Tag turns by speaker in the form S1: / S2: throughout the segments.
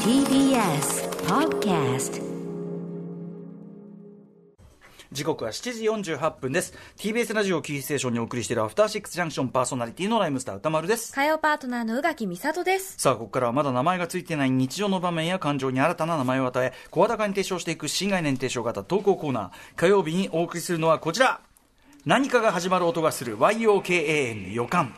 S1: TBS Podcast
S2: 時刻は7時48分です TBS ラジオキーステーションにお送りしているアフターシックスジャンクションパーソナリティのライムスター歌丸です
S3: 火曜パートナーの宇垣美里です。
S2: さあここからはまだ名前がついてない日常の場面や感情に新たな名前を与え声高に提唱していく新概念提唱型投稿コーナー火曜日にお送りするのはこちら何かが始まる音がする YOKAN 予感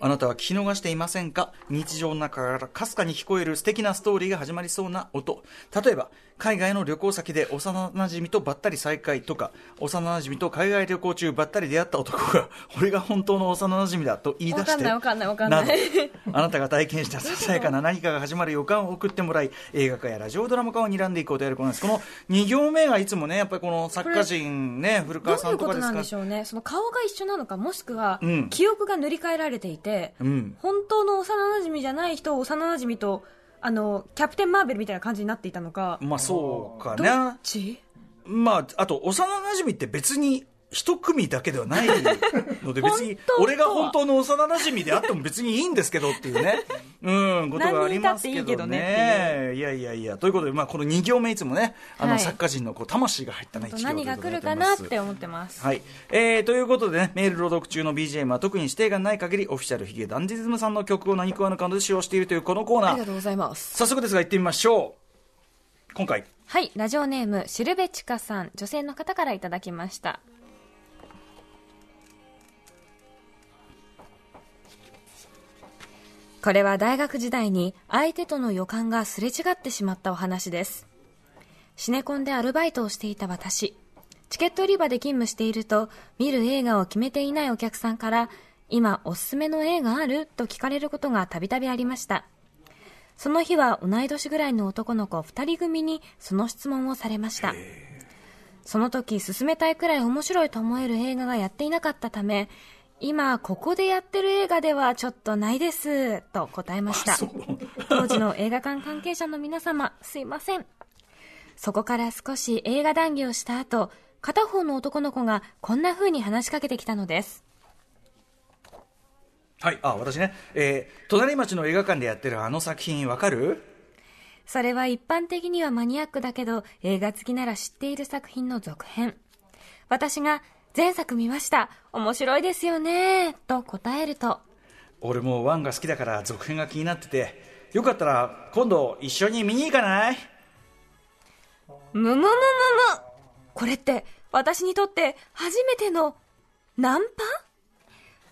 S2: あなたは聞き逃していませんか日常の中からかすかに聞こえる素敵なストーリーが始まりそうな音。例えば、海外の旅行先で幼馴染とばったり再会とか、幼馴染と海外旅行中ばったり出会った男が、俺が本当の幼馴染だと言い出して、
S3: わかんないわかんないわかんない
S2: どあなたが体験したささやかな何かが始まる予感を送ってもらい、映画化やラジオドラマ化を睨んでいこうとやるコーナーです。この2行目がいつもね、やっぱりこの作家人ね、古
S3: どう
S2: 川さ
S3: い
S2: ん
S3: う
S2: と
S3: こ
S2: か
S3: と
S2: で
S3: な
S2: す
S3: ん
S2: か
S3: でしょうね、その顔が一緒なのか、もしくは、
S2: うん
S3: 記憶が塗り替えられていて、
S2: うん
S3: 本当の幼馴染じゃない人を幼馴染とあの、キャプテン・マーベルみたいな感じになっていたのか、
S2: まあそうか
S3: ど
S2: ね。
S3: っち
S2: まあ、あと、幼馴染って別に一組だけではないので、別に
S3: 本当と、は
S2: 俺が本当の幼馴染であっても別にいいんですけどっていう ね、うん、ことがありますけどね。いやいやいや、ということで、まあ、この2行目いつもね、あの、
S3: はい
S2: 作家人のこう魂が入ったね、一行
S3: 何が来るかなって思ってます。
S2: はい。えー、ということでね、メール朗読中の BGM は特に指定がない限り、オフィシャルヒゲダンディズムさんの曲を何食わぬ感度で使用しているというこのコーナー。
S3: とうございます。
S2: 早速ですが、行ってみましょう。今回、
S3: はい、ラジオネーム、シルベチカさん、女性の方からいただきました。これは大学時代に相手との予感がすれ違ってしまったお話です。シネコンでアルバイトをしていた私。チケット売り場で勤務していると、見る映画を決めていないお客さんから、今おすすめの映画あると聞かれることがたびたびありました。その日は同い年ぐらいの男の子2人組にその質問をされました。その時進めたいくらい面白いと思える映画がやっていなかったため、今ここでやってる映画ではちょっとないです、と答えました。当時の映画館関係者の皆様、すいません。そこから少し映画談義をした後、片方の男の子がこんな風に話しかけてきたのです。
S2: はい、あ私ね、えー隣町の映画館でやってるあの作品わかる
S3: それは一般的にはマニアックだけど、映画好きなら知っている作品の続編。私が、前作見ました。面白いですよね。と答えると、
S2: 俺もうワンが好きだから続編が気になっててよかったら今度一緒に見に行かない
S3: むむむむむこれって、私にとって初めての、ナンパ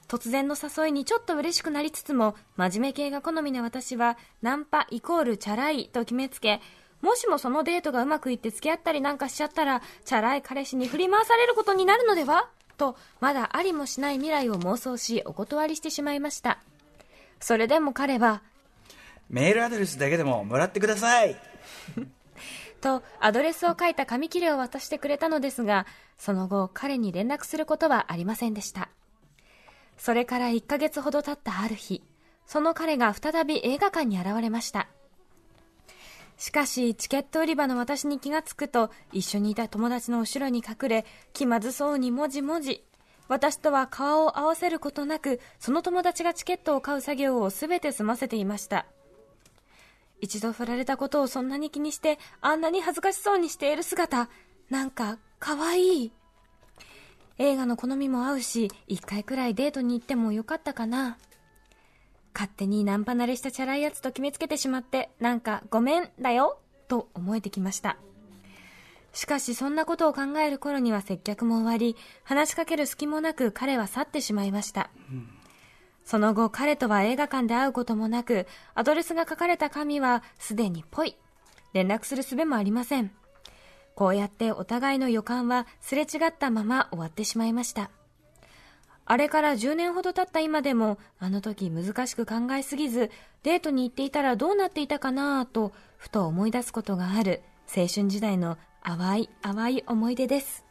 S3: 突然の誘いにちょっと嬉しくなりつつも、真面目系が好みな私は、ナンパイコールチャラいと決めつけ、もしもそのデートがうまくいって付き合ったりなんかしちゃったら、チャラい彼氏に振り回されることになるのではと、まだありもしない未来を妄想し、お断りしてしまいました。それでも彼は、
S2: メールアドレスだけでももらってください
S3: とアドレスを書いた紙切れを渡してくれたのですがその後彼に連絡することはありませんでしたそれから1ヶ月ほど経ったある日その彼が再び映画館に現れましたしかしチケット売り場の私に気がつくと一緒にいた友達の後ろに隠れ気まずそうにもじもじ私とは顔を合わせることなくその友達がチケットを買う作業を全て済ませていました一度振られたことをそんなに気にして、あんなに恥ずかしそうにしている姿、なんか、可愛い。映画の好みも合うし、一回くらいデートに行ってもよかったかな。勝手にナンパ慣れしたチャラいやつと決めつけてしまって、なんか、ごめん、だよ、と思えてきました。しかし、そんなことを考える頃には接客も終わり、話しかける隙もなく彼は去ってしまいました。その後、彼とは映画館で会うこともなく、アドレスが書かれた紙はすでにぽい。連絡する術もありません。こうやってお互いの予感はすれ違ったまま終わってしまいました。あれから10年ほど経った今でも、あの時難しく考えすぎず、デートに行っていたらどうなっていたかなぁと、ふと思い出すことがある、青春時代の淡い淡い思い出です。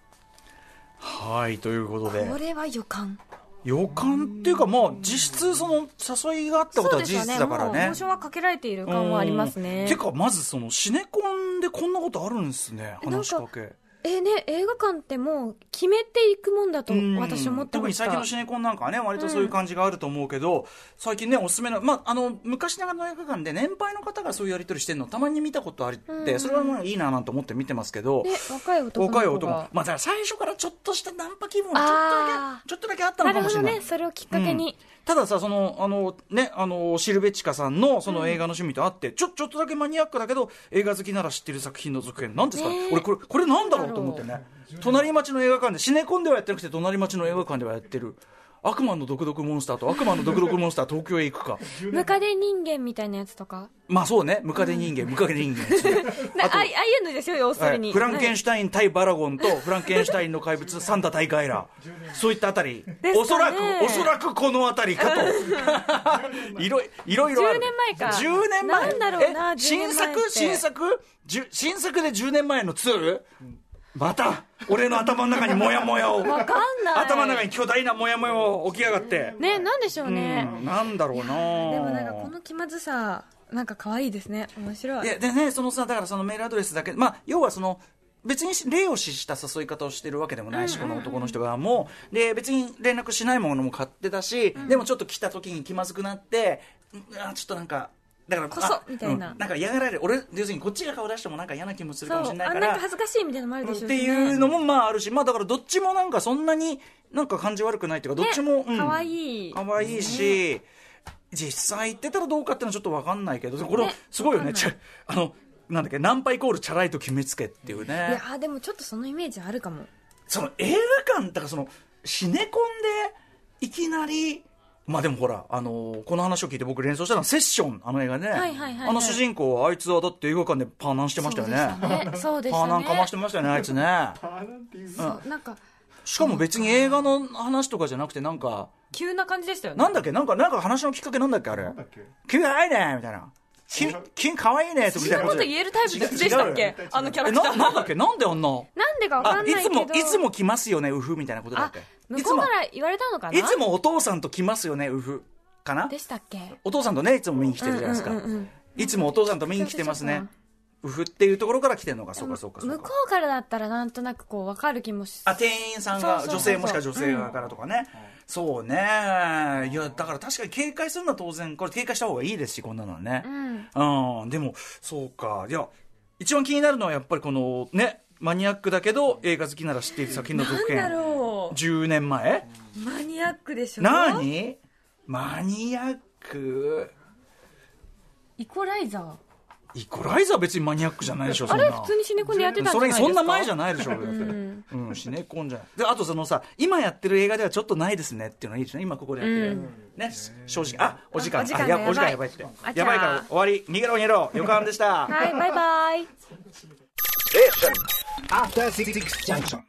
S2: はいということで
S3: これは予感。
S2: 予感っていうかまあ実質その誘いがあったことは事実だからね
S3: もう、モーションはかけられている感はあります
S2: う
S3: ね
S2: ん。てかまずそのシネコンでこんなことあるんですね
S3: えなんか
S2: 話しかけ
S3: えーね、映画館ってもう決めていくもんだと
S2: うん
S3: 私思って
S2: 特
S3: ま
S2: に
S3: した。
S2: 最近のシネコンなんかはね割とそういう感じがあると思うけど、最近ねおすすめの,、まあ、あの昔ながらの映画館で年配の方がそういうやり取りしてるのたまに見たことありって、
S3: うん
S2: それはまあいいななんて思って見てますけど、
S3: ね、若い男の子が。
S2: 若い男もまあ、だから最初からちょっとしたナンパ気分はちょ
S3: あ
S2: っとだけちょっとだけあった
S3: な
S2: のか
S3: るほ
S2: もしれ
S3: ど
S2: ない。
S3: ね、それをきっかけに。
S2: たださそのあの、ね、あのシルベチカさんのその映画の趣味とあって、ちょちょっとだけマニアックだけど映画好きなら知ってる作品の続編なんですか、
S3: ねえ
S2: 俺これこれなんだろうと思ってね隣町の映画館でシネコンではやってなくて隣町の映画館ではやってる悪魔の毒毒モンスターと悪魔の毒毒モンスター東京へ行くか
S3: ムカデ人間みたいなやつとか。
S2: まあそうねムカデ人間、ムカデ人間ですね
S3: なあああいうのですよ、要す
S2: は
S3: る
S2: い、
S3: に。
S2: フランケン
S3: シ
S2: シュタイン対バラゴンとフランケンシュタインの怪物サンダ大ガ イラそういったあたり、
S3: ね
S2: おそらくおそらくこのあたりかと いろいいろいろある
S3: 10年前か
S2: 10年前
S3: なんだろうな
S2: え
S3: 10
S2: 新
S3: 年前っ
S2: 作
S3: て
S2: 新作じゅ新作で10年前の2また俺の頭の中にモヤモヤを
S3: わかんない。
S2: 頭の中に巨大なモヤモヤを起き上がって、
S3: ね、なんでしょうね。
S2: うんなんだろうな
S3: でもなんかこの気まずさ、なんか可愛いですね。面白
S2: い
S3: い。
S2: やでねそのさだからそのメールアドレスだけまあ要はその別に礼をしした誘い方をしてるわけでもないし、この男の人側もで別に連絡しないものも買ってたし、でもちょっと来た時に気まずくなってうんあちょっとなんか。だから
S3: こそ
S2: あ
S3: みたいな
S2: うんなんか嫌がられる俺要するにこっちが顔出してもなんか嫌な気もする
S3: そう、
S2: か
S3: あ
S2: もし
S3: ん
S2: れ
S3: な
S2: ないか
S3: ん
S2: ら
S3: か恥ずかしいみたいなのもあるでしょ
S2: っ
S3: う
S2: て
S3: しね
S2: いうのもまああるし、まあだからどっちもなんかそんなになんか感じ悪くないっていうか、どっちも、
S3: ね可愛い
S2: 可愛いし、実際行ってたらどうかっていうのはちょっとわかんないけど、これ
S3: ね
S2: すごいよ
S3: わ
S2: ね。
S3: かんない
S2: ちょあの、なんだっけ、ナンパイコールチャラいと決めつけっていう
S3: い
S2: ね
S3: や。ーでもちょっとそのイメージあるかも
S2: その映画館、だからその、シネコンでいきなり、まあでもほら、あのこの話を聞いて僕連想したのはセッション、あの映画ね。
S3: はいはいはい
S2: あの主人公、あいつはだって映画館でパーナンしてましたよね。
S3: そうでし
S2: パ
S3: た
S2: ー
S3: ね
S2: ナンかましてましたよね、あいつね。
S3: そうなんか
S2: しかも別に映画の話とかじゃなくてなんか
S3: 急な感じでしたよね
S2: なんだっけなんかなんか話のきっかけなんだっけあれ
S1: だっけ
S2: 「君偉いね」みたいな「君君可愛いね」とか
S3: そん
S2: みた
S3: な
S2: いな
S3: こと
S2: で
S3: 言えるタイプでしたっけあのキャ
S2: え
S3: ラクタ
S2: な
S3: ー
S2: なんだっけなんであんな
S3: なんでかわか
S2: あ
S3: ん
S2: い
S3: ない
S2: つ
S3: けど
S2: もいつも来ますよねウフみたいなことだっ
S3: あ
S2: け
S3: 向こうから言われたのかない
S2: つもいつもお父さんと来ますよねウフかな
S3: でしたっけ
S2: お父さんとねいつも見に来てるじゃないですか、
S3: うんうんうんうん
S2: いつもお父さんと見に来てますねウフっていうところから来てるのかそうかそうかそうか
S3: 向こうからだったらなんとなくこうわかる気もし
S2: あ店員さんが
S3: そうそうそ
S2: 女
S3: う
S2: 性
S3: そう
S2: もしくは女性側からとかね、そうねいやだから確かに警戒するのは当然これ警戒した方がいいですしこんなのはね
S3: うん
S2: うん、でもそうかいや一番気になるのはやっぱりこのねマニアックだけど映画好きなら知っている作品の続
S3: なんだ
S2: 編
S3: ろ
S2: 10年前
S3: うマニアックでしょ
S2: 何マニアック
S3: イコライザー
S2: イコライザー別にマニアックじゃないでしょそ
S3: あ
S2: んな
S3: れ普通にシネコンでやってたんじゃ
S2: そ
S3: ない
S2: れ
S3: ですか
S2: そんな前じゃないでしょだって
S3: ん
S2: うんシネコンじゃないであとそのさ今やってる映画ではちょっとないですねっていうのいいですね今ここでやってる、
S3: うん
S2: ね正直あお時間
S3: あお時間
S2: あ
S3: だや
S2: や
S3: ばい
S2: お時間やばいって
S3: あじゃ
S2: や
S3: あ
S2: ばいから終わり逃げろ逃げろ予感でし
S3: は
S2: た
S3: いバイバイ
S1: After Six Junction.